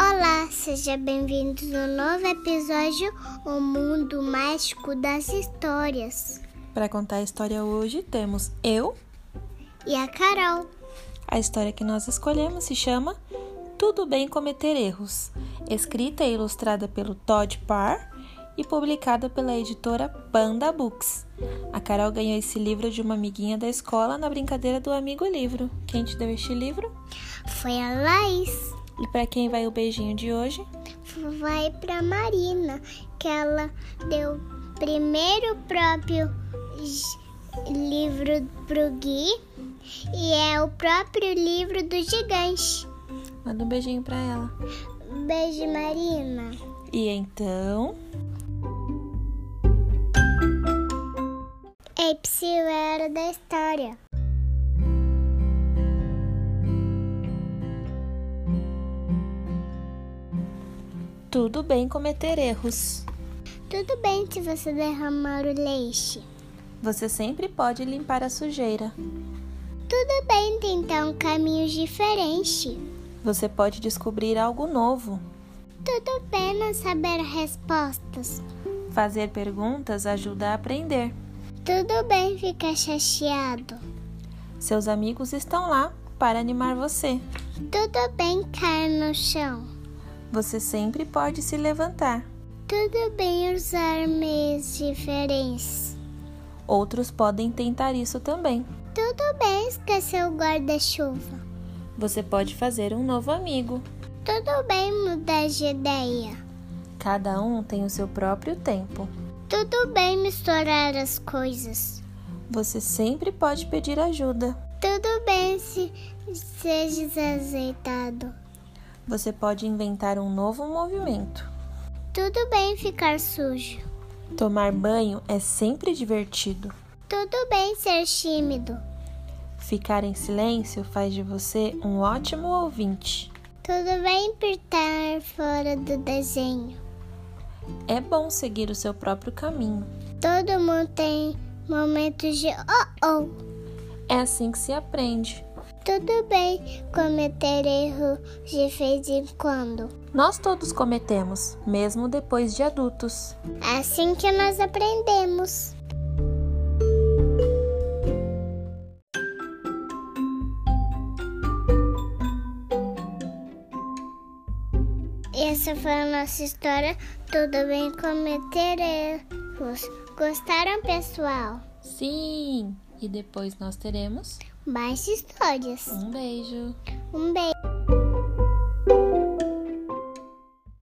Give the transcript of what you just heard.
Olá, seja bem-vindos ao novo episódio O Mundo Mágico das Histórias. Para contar a história hoje temos eu. E a Carol. A história que nós escolhemos se chama Tudo Bem Cometer Erros, escrita e ilustrada pelo Todd Parr e publicada pela editora Panda Books. A Carol ganhou esse livro de uma amiguinha da escola na brincadeira do Amigo Livro. Quem te deu este livro? Foi a Laís. E para quem vai o beijinho de hoje? Vai para Marina, que ela deu o primeiro próprio j- livro pro Gui e é o próprio livro do gigante. Manda um beijinho para ela. Beijo, Marina. E então, É possível a hora da história. tudo bem cometer erros. Tudo bem se você derramar o leite. Você sempre pode limpar a sujeira. Tudo bem tentar um caminho diferente. Você pode descobrir algo novo. Tudo bem não saber respostas. Fazer perguntas ajuda a aprender. Tudo bem ficar chateado. Seus amigos estão lá para animar você. Tudo bem cair no chão. Você sempre pode se levantar. Tudo bem usar meios diferentes. Outros podem tentar isso também. Tudo bem esquecer o guarda-chuva. Você pode fazer um novo amigo. Tudo bem mudar de ideia. Cada um tem o seu próprio tempo. Tudo bem misturar as coisas. Você sempre pode pedir ajuda. Tudo bem se ser desajeitado. Você pode inventar um novo movimento. Tudo bem ficar sujo. Tomar banho é sempre divertido. Tudo bem ser tímido. Ficar em silêncio faz de você um ótimo ouvinte. Tudo bem pintar fora do desenho. É bom seguir o seu próprio caminho. Todo mundo tem momentos de oh oh. É assim que se aprende. Tudo bem cometer erro de vez em quando. Nós todos cometemos, mesmo depois de adultos. Assim que nós aprendemos. Essa foi a nossa história. Tudo bem cometer erros. Gostaram, pessoal? Sim! E depois nós teremos Mais histórias. um beijo. Um beijo.